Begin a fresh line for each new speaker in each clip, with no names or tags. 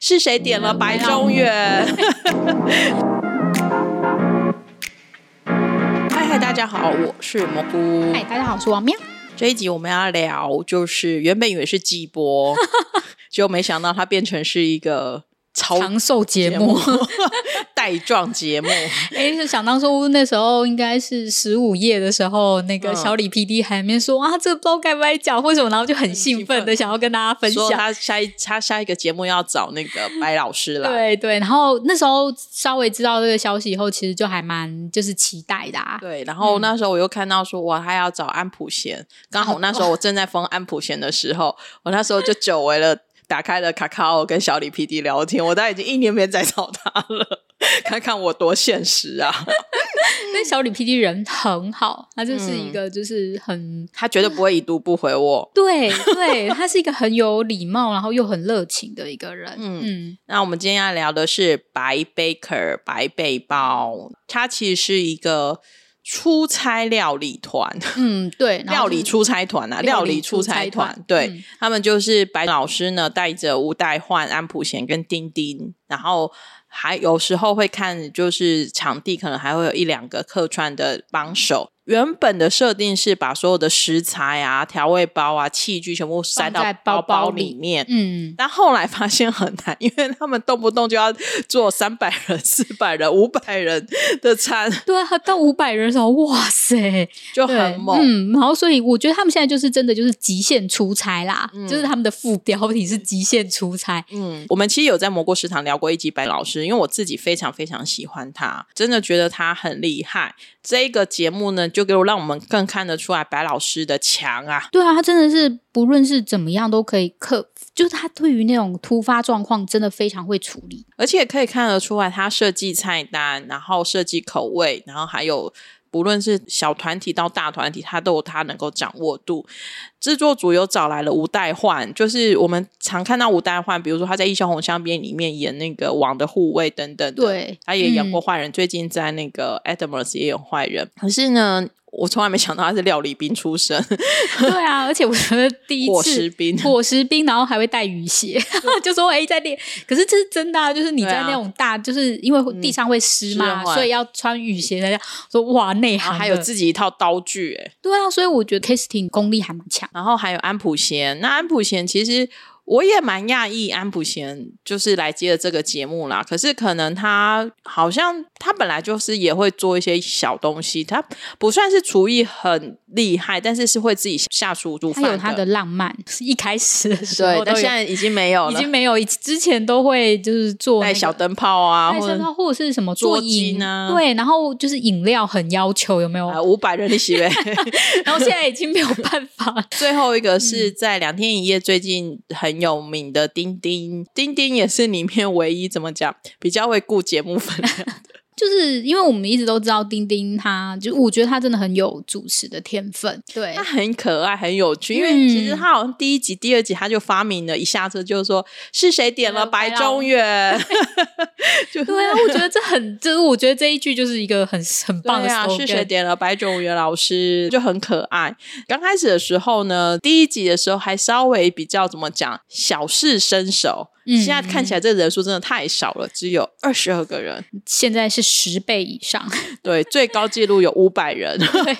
是谁点了白中原？嗨嗨，大家好，我是蘑菇。
嗨，大家好，我是王喵。
这一集我们要聊，就是原本以为是季 播，结果没想到它变成是一个超
长寿节目，
带状节 目。
哎，就想当初那时候应该是十五夜的时候，那个
嗯
小李 PD 还没说、啊，这不知道该不该讲，为什么？然后就很兴奋的想要跟大家分
说
享。
他下一他下一个节目要找那个白老师来，
对对，然后那时候稍微知道这个消息以后，其实就还蛮就是期待的 啊。
对，然后那时候我又看到说，哇，他要找安普贤，刚好那时候我正在封安普贤的时候，我那时候就久违了。打开了卡卡欧跟小李 PD 聊天，我大概已经一年没再找他了， 看看我多现实啊！
那小李 PD 人很好，他就是一
嗯
个就是很、
他绝对不会已读不回我。
对对，他是一个很有礼貌，然后又很热情的一个人。
嗯
嗯
那我们今天要聊的是白 Baker 白背包，他其实是一个出差料理团，
嗯，对，然后
料
就是
理出差团啊，料理出差团，对、
嗯
他们就是白老师呢，带着吴代焕、安普贤跟丁丁，然后还有时候会看，就是场地可能还会有一两个客串的帮手。原本的设定是把所有的食材啊、调味包啊、器具全部塞到
放在
包
包
包
包
里
里
面。
嗯，
但后来发现很难，因为他们动不动就要做三百人、四百人、五百人的餐，
对啊，到五百人的时候，哇塞，
就
对，
很猛。
嗯，然后所以我觉得他们现在就是真的就是极限出差啦，
嗯
就是他们的副标题是极限出差。
嗯，我们其实有在蘑菇食堂聊过一集白老师，因为我自己非常非常喜欢他，真的觉得他很厉害。这个节目呢，就给我让我们更看得出来白老师的强啊。
对啊，他真的是不论是怎么样都可以克，就是他对于那种突发状况真的非常会处理。
而且可以看得出来，他设计菜单，然后设计口味，然后还有不论是小团体到大团体，他都有他能够掌握度。制作组有找来了吴代焕，就是我们常看到吴代焕，比如说他在《义消红香边》里面演那个王的护卫等等的
对，
他也演过
嗯
坏人，最近在那个 Adams 也演坏人。可是呢，我从来没想到他是料理兵出身，
对 啊，而且我觉得第一
伙食
次。
兵。
伙食兵，然后还会带 雨鞋，就说哎、在练，可是这是真的啊，就是你
对啊嗯
在那种大，就是因为地上会湿嘛，
湿会
所以要穿雨鞋才。说哇，内
然
行
后
的，
还有自己一套刀具、欸，
对啊，所以我觉得 Kisting 功力还蛮强。
然后还有安普贤。那安普贤其实我也蛮讶异，安普贤就是来接了这个节目啦。可是可能他好像他本来就是也会做一些小东西，他不算是厨艺很厉害，但是是会自己下厨煮
他
饭
有他的浪漫，是一开始的时
对
候，
但
都
现
有
在已经没有了，
已经没有，以之前都会就是做那
带
个
小灯泡啊，
带
或
小
者
灯泡或者是什么
捉
做
鸡
饮
呢
对，然后就是饮料很要求有没有？
啊五百人力席呗。。
然后现在已经没有办法了
最后一个是在两天一夜最近很有名的丁丁，丁丁也是里面唯一怎么讲比较会顾节目分量。
就是因为我们一直都知道丁丁他，就我觉得他真的很有主持的天分，啊对
他很可爱，很有趣，因为其
嗯
实他好像第一集、第二集他就发明了，一下车就是说是谁点
哎
了白中 原， 啊就
对啊，我觉得这很，就是我觉得这一句就是一个很很棒的
对啊，是谁
slogan，
点了白种元老师就很可爱。刚开始的时候呢，第一集的时候还稍微比较怎么讲，小试身手。
嗯
现在看起来这人数真的太少了，只有二十二个人，
现在是十倍以上，
对，最高纪录有五百人。
对，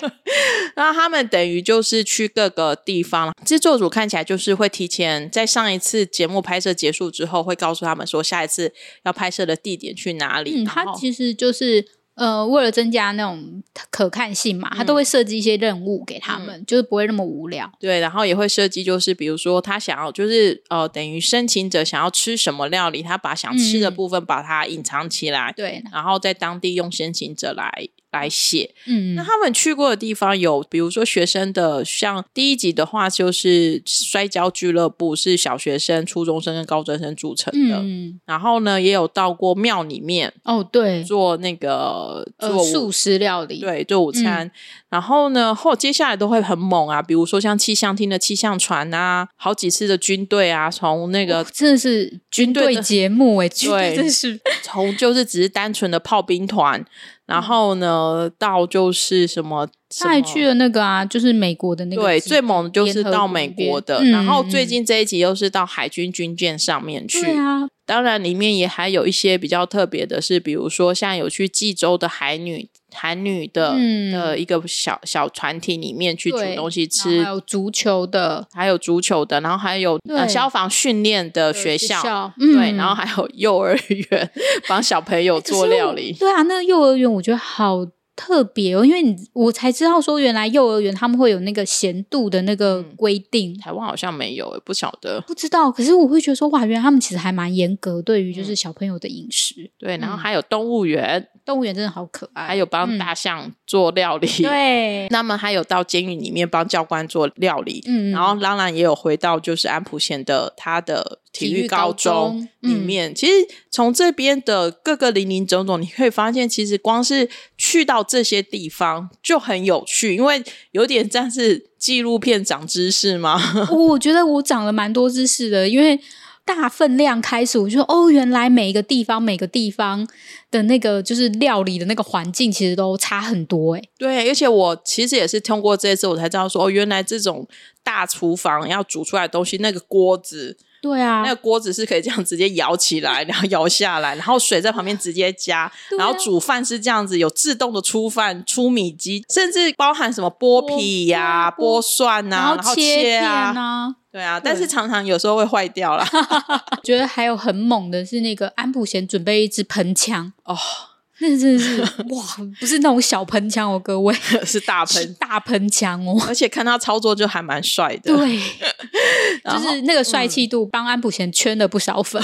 那他们等于就是去各个地方，制作组看起来就是会提前在上一次节目拍摄结束之后，会告诉他们说下一次要拍摄的地点去哪里。
嗯，
然
它
后
其实就是呃，为了增加那种可看性嘛，它都
嗯
会设计一些任务给他们，就是不会那么无聊。
对，然后也会设计，就是比如说他想要，就是呃，等于申请者想要吃什么料理，他把想吃的
嗯
部分把它隐藏起来，
对，
然后在当地用申请者来来写。
嗯
那，他们去过的地方有，比如说学生的，像第一集的话就是摔跤俱乐部，是小学生、初中生跟高中生组成的。
嗯，
然后呢，也有到过庙里面
哦，对，
做那个
呃
做，
素嗯食料理，
对，做午餐。然后呢，后接下来都会很猛啊，比如说像气象厅的气象船啊，好几次的军队啊，从那
哦，
个
真的是军
队
队
的
节目 哎，军
对
队真是
从就是只是单纯的炮兵团，然后呢到就是什么，什
他还
么
去了那个啊，就是美国的那个
对
基
最猛的就是
联合
到
国
美
那边
国的，
嗯
然后最
嗯
近这一集又是到海军军舰上面去。
对啊，
当然，里面也还有一些比较特别的是，比如说像有去济州的海女韩女的、
嗯
的一个小小团体里面去煮
对
东西
然后
吃
还，有足球的
还有足球的，然后还有呃
对
消防训练的学校，
校，
对，
嗯
然后还有幼儿园帮小朋友做料理。
对啊，那个幼儿园我觉得好特别哦，因为你我才知道说，原来幼儿园他们会有那个咸度的那个
嗯
规定。
台湾好像没有、欸，不晓得。
不知道，可是我会觉得说，哇，原来他们其实还蛮严格，对于
嗯
就是小朋友的饮食。
对，然后还有动物园，
动物园真的好可爱，
还有帮大象做料理。
哎嗯对，
那么还有到监狱里面帮教官做料理，
嗯，
然后当然也有回到就是安普县的他的体育高中
体育高
里
中嗯
面。其实从这边的各个零零总总，你可以发现，其实光是去到这些地方就很有趣，因为有点像是纪录片长知识 嘛。
我 我觉得我长了蛮多知识的，因为大分量开始，我就说哦，原来每一个地方每个地方的那个就是料理的那个环境其实都差很多、欸，
对，而且我其实也是通过这一次，我才知道说，哦，原来这种大厨房要煮出来的东西，那个锅子，
对啊，
那个锅子是可以这样直接摇起来，然后摇下来，然后水在旁边直接加，
对啊
然后煮饭是这样子，有自动的出饭、出米机，甚至包含什么剥皮呀、
剥对啊
剥蒜呐、然后
切片
啊，
啊
对啊，
对
但是常常有时候会坏掉 啦。
我觉得还有很猛的是那个安普贤准备一支喷枪，
哦，
那真 的是哇，不是那种小喷枪哦，各位，
是大
是
喷，
大喷枪哦。
而且看他操作就还蛮帅的。
对，
然
就
后嗯
是那个帅气度，帮安普贤圈了不 少粉。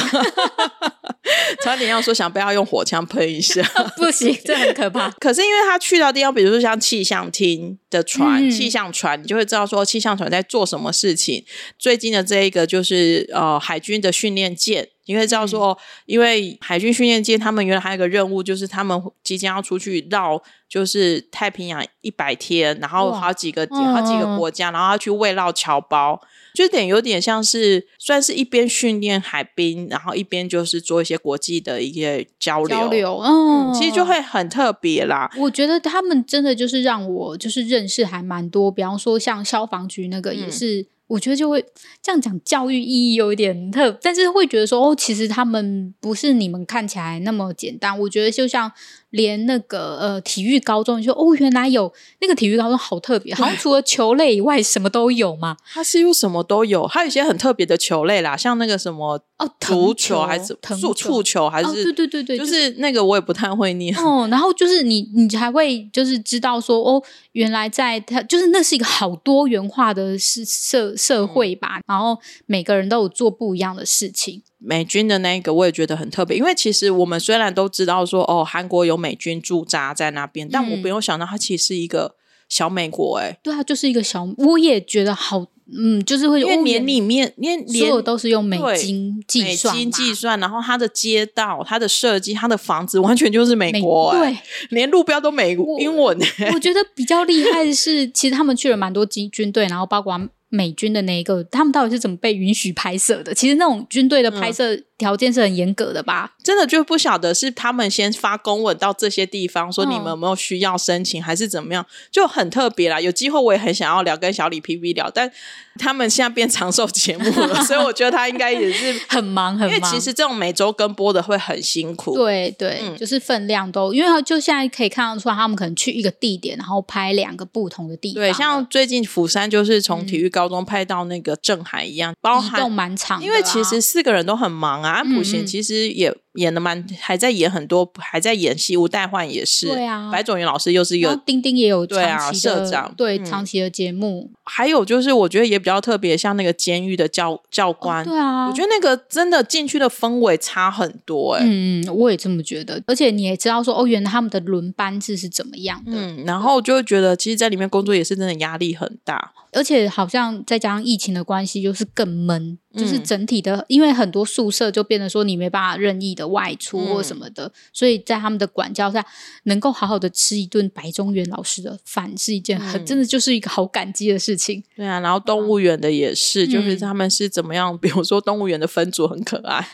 差点要说想不要用火枪喷一下。
不行，这很可怕。
可是因为他去到地方，比如说像气象厅的船、
嗯
气象船，你就会知道说气象船在做什么事情。最近的这一个就是呃海军的训练舰，你会知道说，
嗯
因为海军训练舰他们原来还有一个任务，就是他们即将要出去绕就是太平洋一百天，然后
哇
好几个
嗯
好几个国家，然后要去慰劳侨胞。就点有点像是，算是一边训练海兵，然后一边就是做一些国际的一些交流，
交流，嗯，
其实就会很特别啦。
我觉得他们真的就是让我就是认识还蛮多，比方说像消防局那个
嗯
也是，我觉得就会这样讲教育意义有一点特，但是会觉得说哦，其实他们不是你们看起来那么简单。我觉得就像连那个呃体育高中，你说哦，原来有那个体育高中好特别，好像除了球类以外什么都有嘛。
它几乎什么都有，它有一些很特别的球类啦，像那个什么
哦，
足
藤
球还是
藤
触触球还是、
哦，对对对对，
就
就是
那个我也不太会念。
哦，然后就是你，你才会就是知道说，哦，原来在他就是那是一个好多元化的社社社
嗯
会吧，然后每个人都有做不一样的事情，
美军的那个我也觉得很特别，因为其实我们虽然都知道说哦韩国有美军驻扎在那边，但我
嗯
没有想到它其实是一个小美国哎、
对啊，就是一个小，我也觉得好，嗯，就是会
因为
哦
连里面连
所
连
有都是用美
对
金计
美
算嘛，
金计算，然后它的街道、它的设计、它的房子完全就是美国哎、
对，
连路标都美
我
英文哎、
我觉得比较厉害的是，其实他们去了蛮多军军队，然后包括美军的那一个，他们到底是怎么被允许拍摄的？其实那种军队的
嗯
拍摄条件是很严格的吧？
真的就不晓得是他们先发公文到这些地方，说
嗯
你们有没有需要申请，还是怎么样，就很特别啦。有机会我也很想要聊，跟小李 P V 聊，但他们现在变长寿节目 了，所以我觉得他应该也是，
很忙，
因
很
为
忙。
其实这种每周跟播的会很辛苦。
对对，
嗯
就是分量都，因为就现在可以看得出来，他们可能去一个地点，然后拍两个不同的地方，
对，像最近釜山就是从体育高中派到那个镇海一样，包
移嗯动
含。
蛮长的啊、
因为其实四个人都很忙啊，安普贤
嗯嗯
其实也演的蛮，还在演很多，还在演戏。吴代焕也是，
对啊
白种元老师又是一个
然后丁丁也有
对啊
长期的
社长
对
嗯
长期的节目，
还有就是，我觉得也比较特别，像那个监狱的教教官，
对啊，
我觉得那个真的进去的氛围差很多、欸，
嗯，嗯我也这么觉得，而且你也知道说，哦，原来他们的轮班制是怎么样的，
嗯，然后就会觉得，其实在里面工作也是真的压力很大，
而且好像再加上疫情的关系，就是更闷，就是
嗯
整体的，因为很多宿舍就变得说你没办法任意的外出或什么的，所以在他们的管教下，能够好好的吃一顿白中原老师的饭是一件很、
嗯
真的就是一个好感激的事情。
对啊。然后动物园的也是，就是
嗯
他们是怎么样，比如说动物园的分组很可 爱，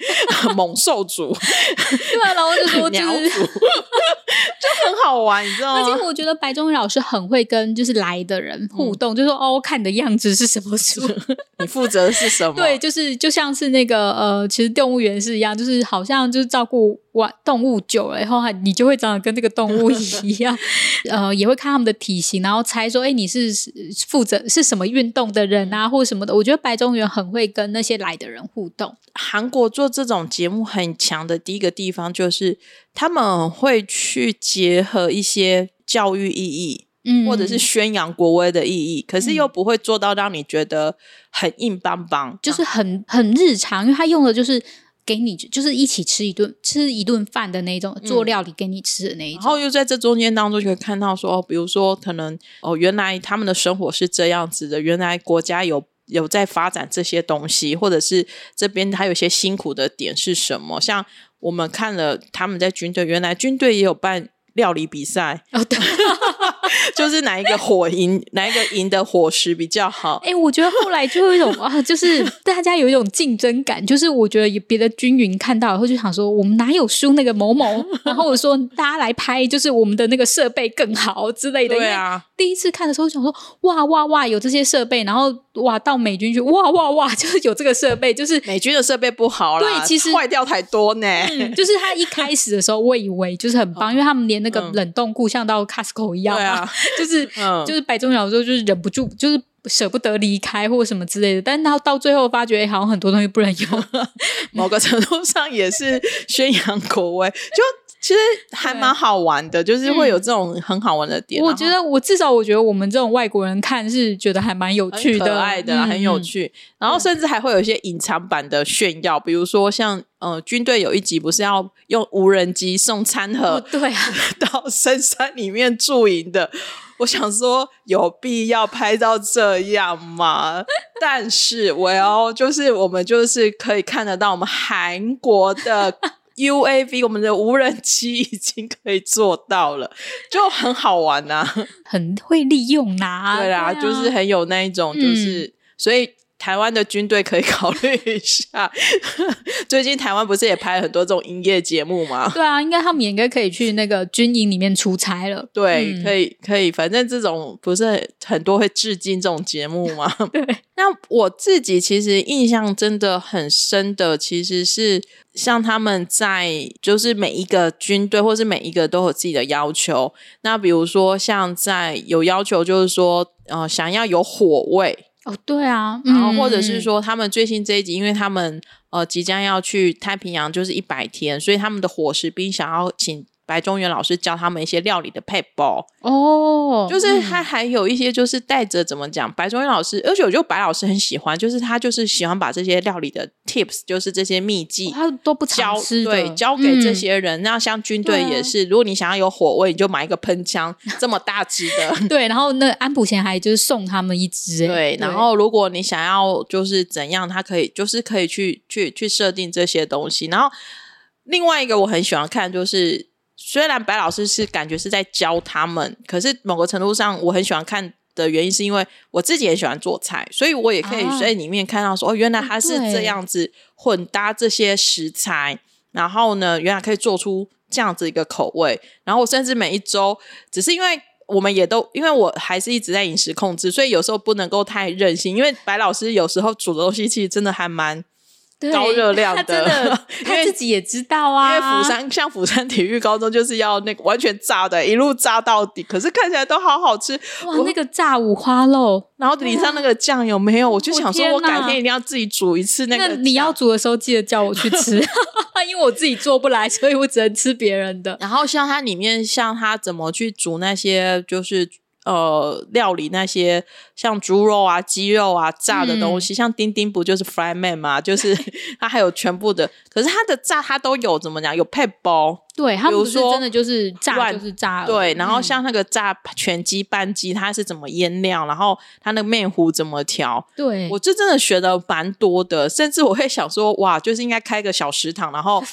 猛兽组、
对啊，然后就说就
鸟
是
组，就很好玩，你知道
而且
吗？
我觉得白忠宇老师很会跟就是来的人互动，就说哦，看你的样子是什么书？
你负责的是什么？
对，就是就像是那个呃，其实动物园是一样，就是好像就是照顾完动物久了以后，你就会长得跟这个动物一样，呃，也会看他们的体型，然后猜说，哎，你是是负责是什么运动的人啊，或什么的。我觉得白忠元很会跟那些来的人互动，
韩国做这种节目很强的第一个地方就是他们会去结合一些教育意义，
嗯
或者是宣扬国威的意义，可是又不会做到让你觉得很硬邦邦，
就是很很日常，因为他用的就是。给你就是一起吃一顿吃一顿饭的那种，做料理给你吃的那一
然
种，
后又在这中间当中就会看到说，哦比如说可能哦，原来他们的生活是这样子的，原来国家有。有在发展这些东西，或者是这边还有一些辛苦的点是什么？像我们看了他们在军队，原来军队也有办料理比赛，
哦对，
就是哪一个火营，哪一个营的伙食比较好
哎、。我觉得后来就有一种啊，就是 大家有一种竞争感，就是我觉得也别的军云看到以后就想说，我们哪有输那个某某？然后我说大家来拍，就是我们的那个设备更好之类的。
对，啊，
第一次看的时候想说，哇哇哇，有这些设备，然后哇到美军去，哇哇哇，就是有这个设备，就是
美军的设备不好啦，
对其实
坏掉太多呢。
嗯，就是他一开始的时候，我以为就是很棒，因为他们连那个冷冻库像到 Costco 一样
哦嗯对
嘛，
啊
就是、
嗯
就是白中小之后就是忍不住，就是舍不得离开或什么之类的，但到到最后发觉、哎好像很多东西不能 用，
某个程度上也是宣扬国威，就其实还蛮好玩的，就是会有这种很好玩的点。
嗯我觉得我至少我觉得我们这种外国人看是觉得还蛮有
然后
趣的，
很可爱的啦，啊
嗯
很有。趣。然后甚至还会有一些隐藏版的炫耀，比如说像呃军队有一集不是要用无人机送餐
哦，
盒
对啊，
到深山里面驻营的。我想说，有必要拍到这样吗？但是我要就是我们就是可以看得到，我们韩国的 UAV，我们的无人机已经可以做到了，就很好玩呐、
很会利用呐、
对啦，
啊嗯
就是很有那一种，就是、所以。台湾的军队可以考虑一下， 最近台湾不是也拍了很多这种音乐节目吗？
对啊，应该他们也应该可以去那个军营里面出差了。
对，
嗯
可以可以，反正这种不是很多会致敬这种节目嘛。
对，
那我自己其实印象真的很深的，其实是像他们在就是每一个军队或是每一个都有自己的要求。那比如说像在有要求，就是说呃想要有火味，
哦，对啊，
然后或者是
嗯
说他们最新这一集，因为他们呃即将要去太平洋，就是一百天，所以他们的伙食兵想要请白中原老师教他们一些料理的配包，
哦，
就是
嗯
他还有一些就是带着怎么讲，白中原老师，而且我觉得白老师很喜欢，就是他就是喜欢把这些料理的 tips，就是这些秘籍。
哦他都不
教
常吃的
对交给这
嗯
些人，那像军队
对啊
也是，如果你想要有火味，你就买一个喷 枪，这么大支的，
对，然后那个安普贤还就是送他们一只、欸，
对，然后如果你想要就是怎样，它可以就是可以去去去设定这些东西。然后另外一个我很喜欢看就是，虽然白老师是感觉是在教他们，可是某个程度上我很喜欢看。的原因是因为我自己也喜欢做菜，所以我也可以
啊
在里面看到说，哦，原来
哦
它是
对
这样子混搭这些食材，然后呢，原来可以做出这样子一个口味。然后我甚至每一周，只是因为我们也都因为我还是一直在饮食控制，所以有时候不能够太任性。因为白老师有时候煮的东西其实真的还蛮，
对
高热量
他
的
真 的
因
他
为
自己也知道
因
啊，
为釜山像釜山体育高中就是要那个完全炸的，一路炸到底。可是看起来都好好吃，
哇
我，
那个炸五花肉，
然后淋上那个酱有没有？我就
我
想说，
天
我改
哪
天一定要自己煮一次那
那
个。
你要。煮的时候记得叫我去 吃，因为我自己做不来，所以我只能吃别人的。
然后像它里面，像它怎么去煮那些就是呃料理那些像猪肉啊、鸡肉啊炸的东
嗯
西，像丁丁不就是 fry man 嘛，就是 它还有全部的，可是它的炸它都有怎么讲，有配包。
对他
比
们
如
不是
说
真的就是炸
乱
就是炸而已，
对，然后
嗯
像那个炸全鸡、半鸡，它是怎么腌料，然后它那个面糊怎么调，
对
我这真的学的蛮多的，甚至我会想说，哇，就是应该开个小食堂，然后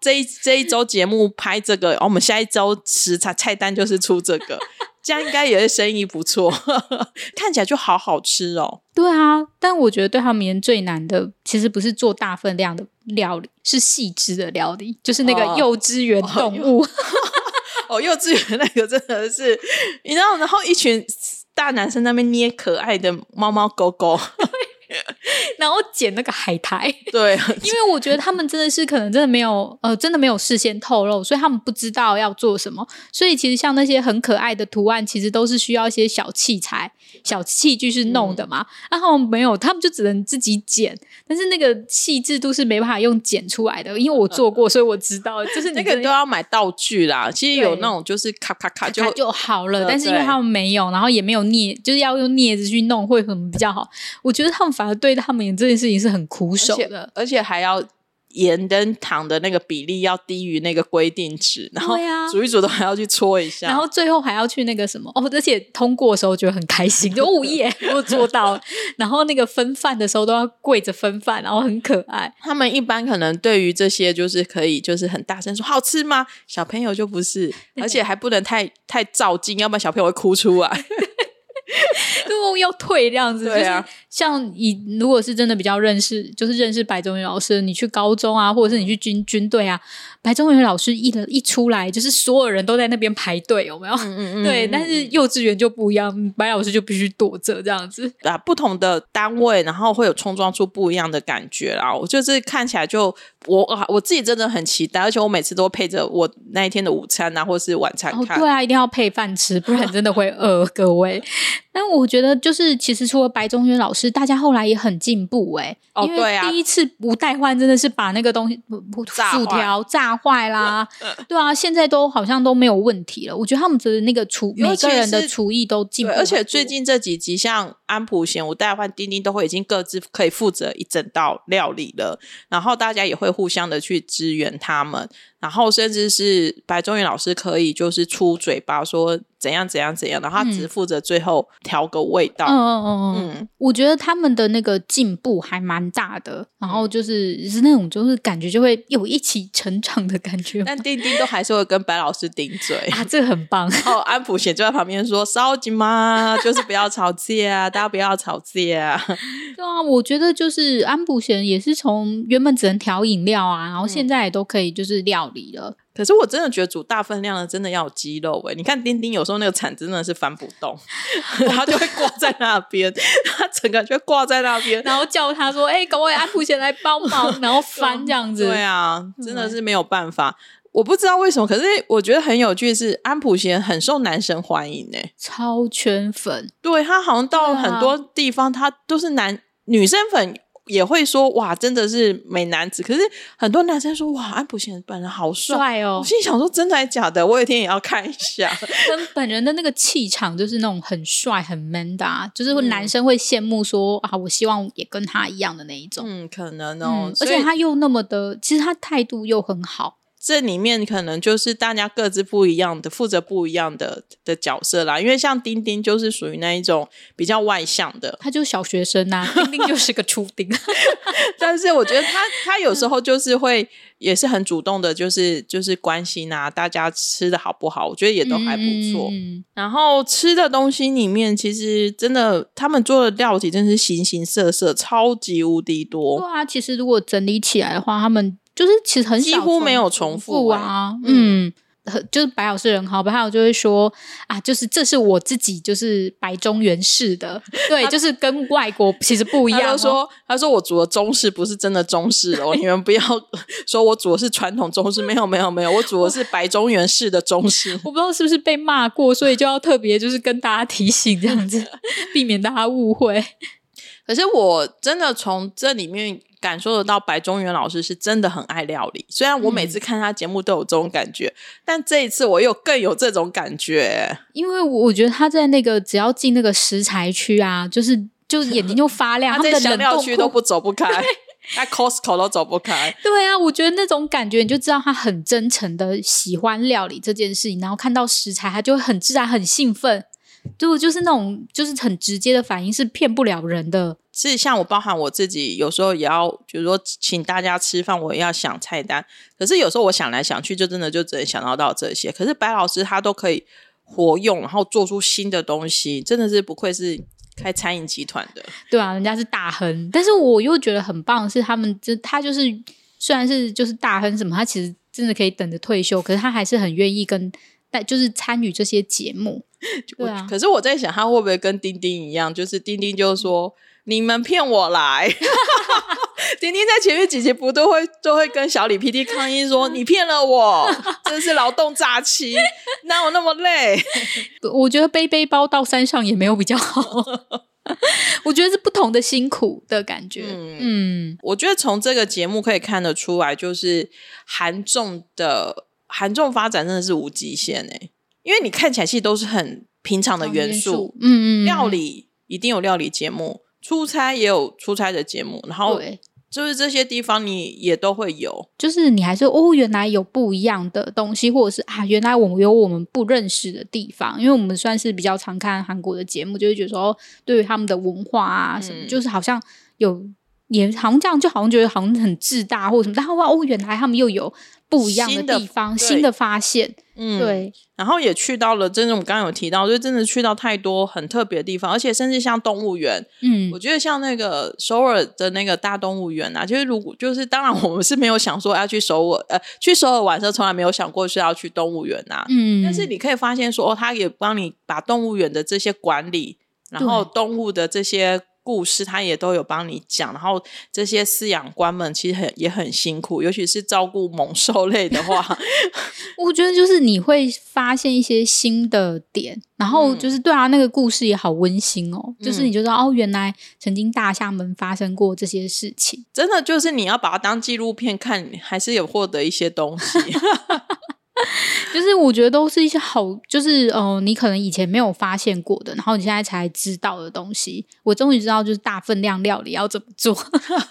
这一这一周节目拍这个，然哦后我们下一周食材菜单就是出这个，这样应该也是生意不错， 看起来就好好吃哦。
对啊，但我觉得对他们而言最难的，其实不是做大分量的料理，是细致的料理，就是那
哦
哎个幼稚园动物。
哦，幼稚园那个真的是，你知道，然后一群大男生在那边捏可爱的猫猫狗狗，
然后捡那个海苔，
对，
因为我觉得他们真的是可能真的没有呃，真的没有事先透露，所以他们不知道要做什么。所以其实像那些很可爱的图案，其实都是需要一些小器材、小器具是弄的嘛。
嗯
然后、没有，他们就只能自己剪，但是那个细致度是没办法用剪出来的，因为我做过，所以我知道，就是你
那个
真
都
的
要买道具啦。其实有
对
那种就是咔咔咔就
它就好了，
对
但是因为
对
他们没有，然后也没有镊，就是要用镊子去弄会很比较好。我觉得他们反而对他们这件事情是很苦手的，
而且还要盐跟糖的那个比例要低于那个规定值，然后
对啊
煮一煮都还要去搓一下，
然后最后还要去那个什么哦，而且通过的时候觉得很 开心，就哦耶，我做到了。然后那个分饭的时候都要跪着分饭，然后很可爱。
他们一般可能对于这些就是可以就是很大声说好吃吗？小朋友就不是，而且还不能太太照镜，要不然小朋友会哭出 来。
就要退这样子。
对啊
就是像你如果是真的比较认识，就是认识白中原老师，你去高中啊，或者是你去军军队啊，白中原老师一人一出来，就是所有人都在那边排队，有没有？
嗯
对，但是幼稚园就不一样，白老师就必须躲着这样子。
啊，不同的单位，然后会有冲撞出不一样的感觉啦。我就是看起来就我啊我自己真的很期待，而且我每次都配着我那一天的午餐啊，或是晚餐
哦，
看。
对啊，一定要配饭吃，不然真的会饿，各位。但我觉得就是，其实除了白中原老师，大家后来也很进步哎、
哦
因
对
为
啊
第一次无代换真的是把那个东西不不
炸坏嗯
薯条炸坏啦，对啊，现在都好像都没有问题了。我觉得他们的那个厨，
尤
每
其
个人的
是
厨艺都进步
对，
很多，
而且最近这几集，像安普贤、吴代焕、丁丁都会已经各自可以负责一整道料理了，然后大家也会互相的去支援他们，然后甚至是白中原老师可以就是出嘴巴说怎样怎样怎样，然后他只负责最后调个味
嗯
道。
嗯嗯嗯，
嗯，
我觉得他们的那个进步还蛮大的，然
嗯
后就是是那种就是感觉就会有一起成长的感觉
但丁丁都还是会跟白老师顶 嘴。
啊，这个很棒。
然后安普贤就在旁边说：“烧鸡嘛，就是不要吵架啊，大家不要吵架啊。
对啊，我觉得就是安普贤也是从原本只能调饮料啊，然后
嗯
现在也都可以就是料理了。
可是我真的觉得煮大份量的真的要有肌肉哎、你看丁丁有时候那个铲子真的是翻不 动，他就会挂在那边，他整个就挂在那边。
然后叫他说：“哎、各位安普贤来帮 忙。”然后翻这样子。
对啊，真的是没有办法。我不知道为什么，可是我觉得很有趣的是安普贤很受男生欢迎哎、
超圈粉。
对他好像到
对啊
很多地方，他都是男女生粉也会说哇，真的是美男子。可是很多男生说哇，安普贤本人好帅。
帅哦
我，心里想说，真的还假的？我有一天也要看一下。
跟本人的那个气场就是那种很帅、很 man 的、啊，就是
嗯
男生会羡慕说、啊，我希望也跟他一样的那一种。
嗯，可能哦。
嗯，而
所以
且他又那么的，其实他态度又很好。
这里面可能就是大家各自不一样的，负责不一样的的角色啦。因为像丁丁就是属于那一种比较外向 的，
他就是小学生 呐、啊，丁丁就是个初丁。
但是我觉得他他有时候就是会也是很主动的，就是就是关心啊，大家吃的好不好，我觉得也都还不错。
嗯
然后吃的东西里面，其实真的他们做的料理真是形形色色，超级无敌
对
多。
啊，其实如果整理起来的话，他们就是其实很
几
少
乎没有重
复
复
啊，嗯。很就是白老师人好，白老师就会说啊，就是这是我自己，就是白中原式的，对，就是跟外国其实不一
他
样、
就
哦。
说：“他说我煮的中式不是真的中式 哦，你们不要说我煮的是传统中式，没有没有没有，我煮的是白中原式的中式。
我不知道是不是被骂过，所以就要特别就是跟大家提醒这样子， 避免大家误会。
可是我真的从这里面感受得到，白中原老师是真的很爱料理。虽然我每次看他节目都有这种感觉，但这一次我又更有这种感觉。
因为我觉得他在那个只要进那个食材区啊，就是就眼睛就发亮，
他
他们
在
的
香
冷
料
冻
区
库
都不走不开， 在 Costco 都走不开。
对啊，我觉得那种感觉你就知道他很真诚的喜欢料理这件事情，然后看到食材他就会很自然、很兴奋。就就是那种就是很直接的反应是骗不了人的。
是像我包含我自己，有时候也要，比如说请大家吃饭，我也要想菜单。可是有时候我想来想去，就真的就只能想到到这些。可是白老师他都可以活用，然后做出新的东西，真的是不愧是开餐饮集团的。
对啊，人家是大亨，但是我又觉得很棒的是他们这他就是虽然是就是大亨什么，他其实真的可以等着退休，可是他还是很愿意跟带就是参与这些节 目。对啊
我可是我在想，他会不会跟丁丁一样，就是丁丁就说你们骗我来。 丁丁在前面几集不都会都会跟小李 PD 抗议说你骗了我，真是劳动诈欺，哪有那么累？
我觉得背背包到山上也没有比较好， 我觉得是不同的辛苦的感觉。嗯
我觉得从这个节目可以看得出来，就是韩综的韩综发展真的是无极限哎、因为你看起来其实都是很平常的元素，，
嗯嗯，嗯
料理一定有料理节目，出差也有出差的节目，然后
对，
就是这些地方你也都会有，
就是你还是哦，原来有不一样的东西，或者是啊，原来我们有我们不认识的地方，因为我们算是比较常看韩国的节目，就会觉得说，哦对于他们的文化啊什么，
嗯
就是好像有。也好像这样，就好像觉得好像很自大或者什么，但后来哦，原来他们又有不一样
新的
地方，
对
新的发现，
嗯，。
对，
然后也去到了，真的我们刚刚有提到，就真的去到太多很特别的地方，而且甚至像动物园，
嗯
我觉得像那个首尔的那个大动物园啊，就是如果就是当然我们是没有想说要去首尔，呃，去首尔玩的时候从来没有想过是要去动物园啊。
嗯，
但是你可以发现说，哦，他也帮你把动物园的这些管理，然后动物的这些故事，他也都有帮你讲。然后这些饲养官们其实很也很辛苦，尤其是照顾猛兽类的话，
我觉得就是你会发现一些新的点，然后就是对啊，那个故事也好温馨哦，就是你就知道哦，原来曾经大厦门发生过这些事情。
真的就是你要把它当纪录片看，还是有获得一些东西。
就是我觉得都是一些好，就是呃，你可能以前没有发现过的，然后你现在才知道的东西。我终于知道就是大分量料理要怎么做，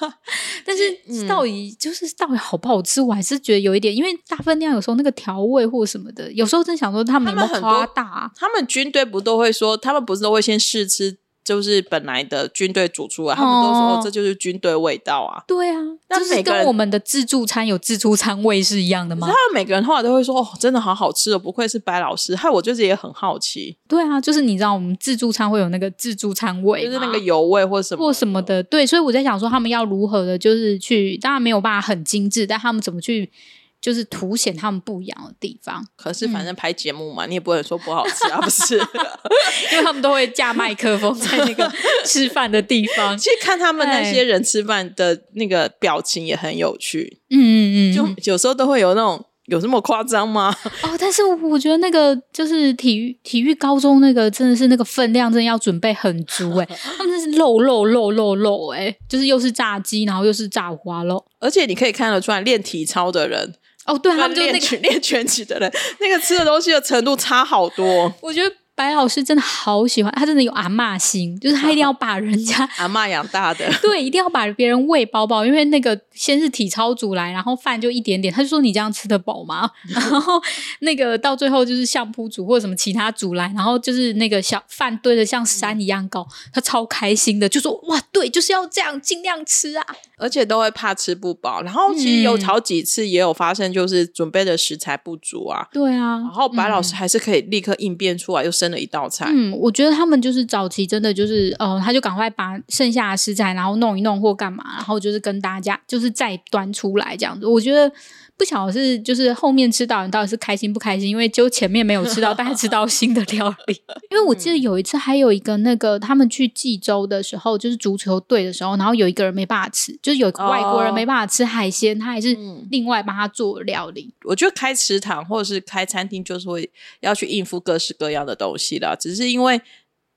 但是到底、就是到底好不好吃，我还是觉得有一点，因为大分量有时候那个调味或什么的，有时候真想说他们有没有
他们很多
夸大啊、
他们军队不都会说，他们不是都会先试吃，就是本来的军队煮出来，他们都说、
哦
哦、这就是军队味道啊。
对啊，
那
就是
每个
跟
人
我们的自助餐有自助餐味是一样的吗
他？们每个人后来都会说，哦，真的好好吃哦，不愧是白老师，害我就是也很好奇，
对啊，就是你知道我们自助餐会有那个自助餐味
就
嘛，
是那个油味或什么
或什么的，对，所以我在想说他们要如何的，就是去，当然没有办法很精致，但他们怎么去，就是凸显他们不一样的地方，
可是反正拍节目嘛，你也不能说不好吃 啊，不是？
因为他们都会架麦克风在那个吃饭的地 方，
其实看他们那
对
些人吃饭的那个表情也很有趣，
嗯嗯嗯，
就有时候都会有那种有这么夸张吗？
哦，但是我觉得那个就是体育体育高中那个真的是那个分量真的要准备很足哎、他们真是肉肉肉肉肉哎、就是又是炸鸡，然后又是炸五花肉。
而且你可以看得出来，练体操的人，
哦，对，他们就是
练
那个，
拳练拳击的人，那个吃的东西的程度差好多。
我觉得白老师真的好喜欢，他真的有阿嬷心，就是他一定要把人家。
阿嬷养大的，
对，一定要把别人喂饱饱，因为那个先是体操组来，然后饭就一点点，他就说你这样吃得饱 吗？然后那个到最后就是相扑组或者什么其他组来，然后就是那个小饭堆的像山一样高，他超开心的，就说哇，对，就是要这样，尽量吃啊。
而且都会怕吃不饱。然后其实有
嗯
好几次也有发生，就是准备的食材不足啊。
对啊，
然后白老
师。
师还是可以立刻应变出来，又生了一道菜。
嗯，我觉得他们就是早期真的就是，呃，他就赶快把剩下的食材，然后弄一弄或干嘛，然后就是跟大家就是再端出来这样子。我觉得不晓得是就是后面吃到人到底是开心不开心，因为就前面没有吃到，但是吃到新的料理。 因为我记得
嗯
有一次还有一个那个他们去济州的时候，就是足球队的时候，然后有一个人没办法吃，就是有一个外国人
哦
没办法吃海鲜，他还是
嗯
另外帮他做料理。
我觉得开食堂或者是开餐厅，就是会要去应付各式各样的东西啦。只是因为，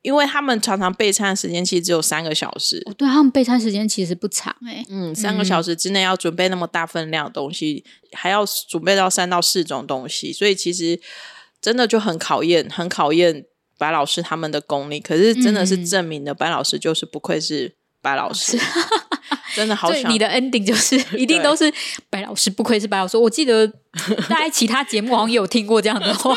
因为他们常常备餐的时间其实只有三个小时，
哦，对他们备餐时间其实不长哎、
嗯，三个小时之内要准备那么大分量的东西，还要准备到三到四种东西，所以其实真的就很考验，很考验白老师他们的功力。可是真的
嗯
是证明了白老师就是不愧是白老师， 真的好
对
想
你的 ending 就是 一定都是白老师，不愧是白老师。我记得大家其他节目好像也有听过这样的 话，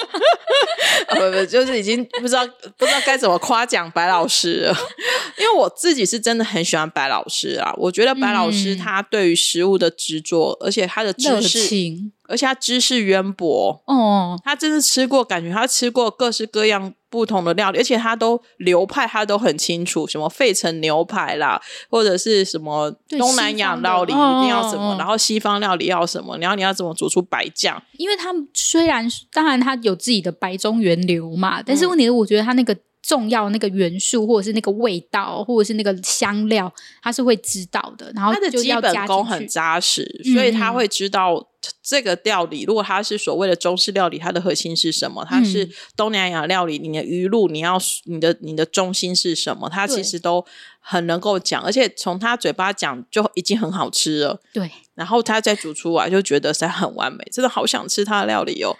呃，不就是已经不知道不知道该怎么夸奖白老师了， 因为我自己是真的很喜欢白老师啊，我觉得白老师
嗯
他对于食物的执着，而且他的
热
知识
情。
而且他知识渊博，
哦，
他真是吃过，感觉他吃过各式各样不同的料理，而且他都流派他都很清楚，什么费城牛排啦，或者是什么
对
东南亚
西方的
料理一定要什么，
哦哦哦
然后西方料理要什么，然后你要怎么煮出白酱，
因为他们虽然当然他有自己的白中源流嘛，但是
嗯
问题是我觉得他那个重要的那个元素或者是那个味道或者是那个香料，他是会知道的，然后
他的
就
基
要
本
加
功
进
很
去。
扎实，
嗯
所以他会知道这个料理。如果它是所谓的中式料理，它的核心是
嗯
什么？它是东南亚料理，你的鱼露，你要你的你的中心是什么？他
对
其实都很能够讲，而且从他嘴巴讲就已经很好吃了。
对，
然后他再煮出来，就觉得实在很完美，真的好想吃他的料理哦。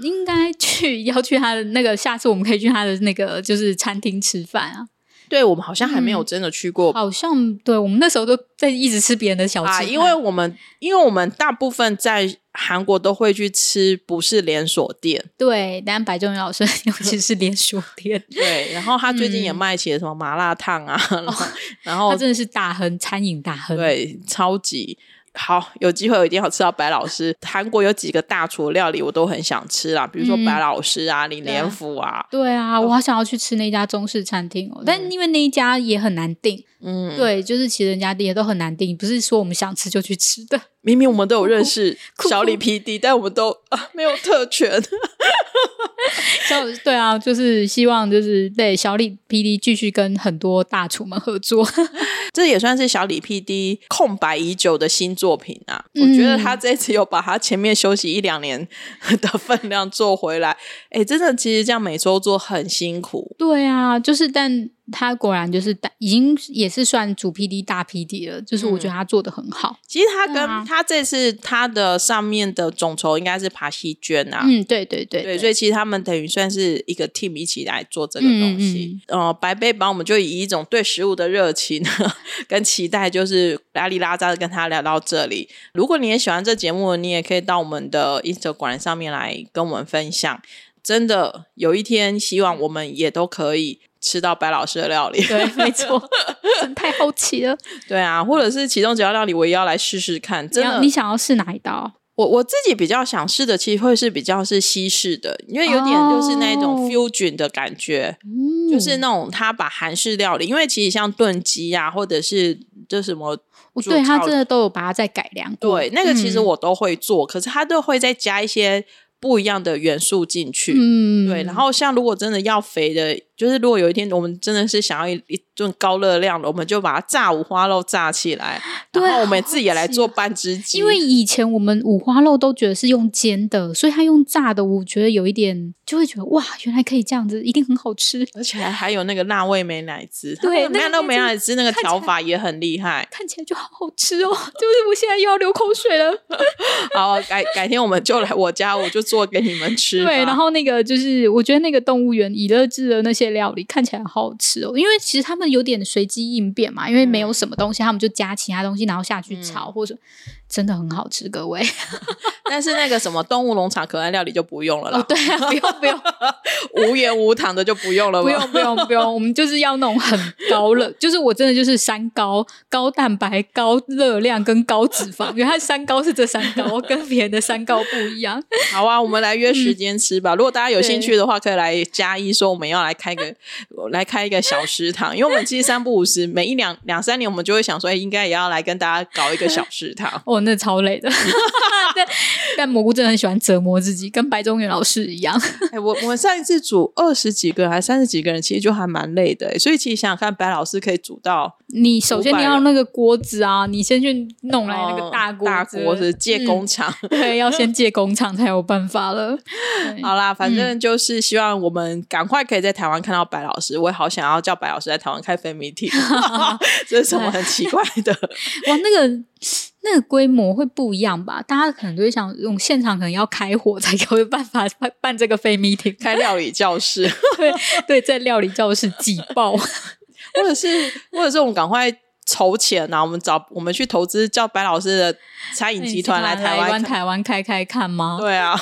应该去要去他的那个，下次我们可以去他的那个就是餐厅吃饭啊。
对我们好像还没有真的去过、
嗯好像对我们那时候都在一直吃别人的小吃
啊，
摊，
因为我们因为我们大部分在韩国都会去吃不是连锁店，
对，但白重要是 尤其是连锁 店，
对，然后他最
嗯
近也卖起了什么麻辣烫啊，
哦
然后然后
他真的是大亨，餐饮大
哦
亨。，
对，超级好，有机会我一定要吃到白老师。韩国有几个大厨料理我都很想吃啦，比如说
嗯
白老师啊、李
对啊
连福啊，
对啊，我好想要去吃那家中式餐厅哦，但因为那一家也很难订，
嗯，
对，就是其实人家也都很难订，不是说我们想吃就去吃的。
明明我们都有认识
酷酷
小李 PD，但我们都、啊、没有特权。
就对啊，就是希望就是对小李 PD 继续跟很多大厨们合作。
这也算是小李 PD 空白已久的新作品啊！
嗯
我觉得他这次有把他前面休息一两年的分量做回来。哎，真的，其实这样每周做很辛苦。
对啊，就是但他果然就是大，已经也是算主 PD 大 PD 了，就是我
嗯
觉得他做的很好。
其实他跟、
对啊
他这次他的上面的总筹应该是爬西娟啊。
嗯，对对对
对，所以其实他们等于算是一个 team 一起来做这个
嗯
东西。呃，白背帮我们就以一种对食物的热情 跟期待，就是拉里拉扎的跟他聊到这里。如果你也喜欢这节目，你也可以到我们的 Instagram 上面来跟我们分享。真的，有一天希望我们也都可以吃到白老师的料理。
对，没错，真太好奇了。
对啊，或者是其中几道料理，我也要来试试看。
你
真
要
的，
你想要试哪一道？
我我自己比较想试的，其实会是比较是西式的，因为有点就是那种
哦
fusion 的感觉，
嗯，
就是那种他把韩式料理，因为其实像炖鸡啊，或者是就什么
我
煮
对他
炒
真的都有把它再改良过。
对那个，其实
嗯
我都会做，可是他都会再加一些不一样的元素进去。
嗯，
对，然后像如果真的要肥的，就是如果有一天我们真的是想要一一顿高热量的，我们就把它炸五花肉炸起来，
对
然后我
好
们自己也来
吃
做半只鸡，
因为以前我们五花肉都觉得是用煎的，所以他用炸的，我觉得有一点就会觉得哇，原来可以这样子，一定很好吃。
而且还还有那个辣味美乃滋，
对
那
那
到
个
美
真的
乃滋那个
看起
调
来。
法也很厉害
看起来就好好吃哦， 就是我现在又要流口水了。
好，改改天我们就来我家，我就做给你们吃吧。
对，然后那个就是，我觉得那个动物园以乐制的那些料理看起来好好吃哦，因为其实他们有点随机应变嘛，因为
嗯
没有什么东西，他们就加其他东西，然后下去炒，或者真的很好吃，各位。
但是那个什么动物农场可爱料理就不用了啦，
哦，对啊，不用不用
无盐无糖的就不用了吧，
不用不用不 用，我们就是要那种很高热， 就是我真的就是三高：高蛋白、高热量跟高脂肪。原来三高是这三高，跟别人的三高不一 样。
好啊，我们来约时间吃吧。如果大家有兴
嗯对。
趣的话，可以来加一说我们要来开个来开一个小食堂，因为我们其实三不五时，每一两两三年我们就会想说，哎应该也要来跟大家搞一个小食堂
哦，那超累的。 但但蘑菇真的很喜欢折磨自己，跟白中原老师一样。
哎、我我们上一次煮二十几个人还三十几个人，其实就还蛮累的、欸所以其实想想看，白老师可以煮到
你首先
500
你要那个锅子啊，你先去弄来那个
嗯
哦大锅、
大锅子借工
嗯
厂。
对，要先借工厂才有办法了。
好啦，反正
嗯
就是希望我们赶快可以在台湾看到白老师。我也好想要叫白老师在台湾开 f a m i t 这是什么很奇怪的？
哇，那个那个规模会不一样吧？大家可能都会想，用现场可能要开火才有办法办办这个非 meeting，
开料理教室，
对对，在料理教室挤 爆。
或者是或者是我们赶快。筹钱呐、啊！我们找我们去投资，叫白老师的餐饮集团来台
来
湾
湾
开。
台湾开开看吗？
对啊，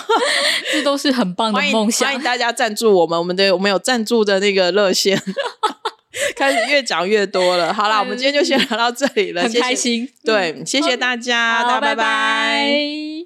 这都是很棒的
欢迎
梦
欢迎
想。
大家赞助我们，我们的我们有赞助的那个热 线，开始越讲越多了。好啦，我们今天就先聊到这里了，
很
谢谢
开。心，
对，谢谢大家，
好
大家
拜
拜
拜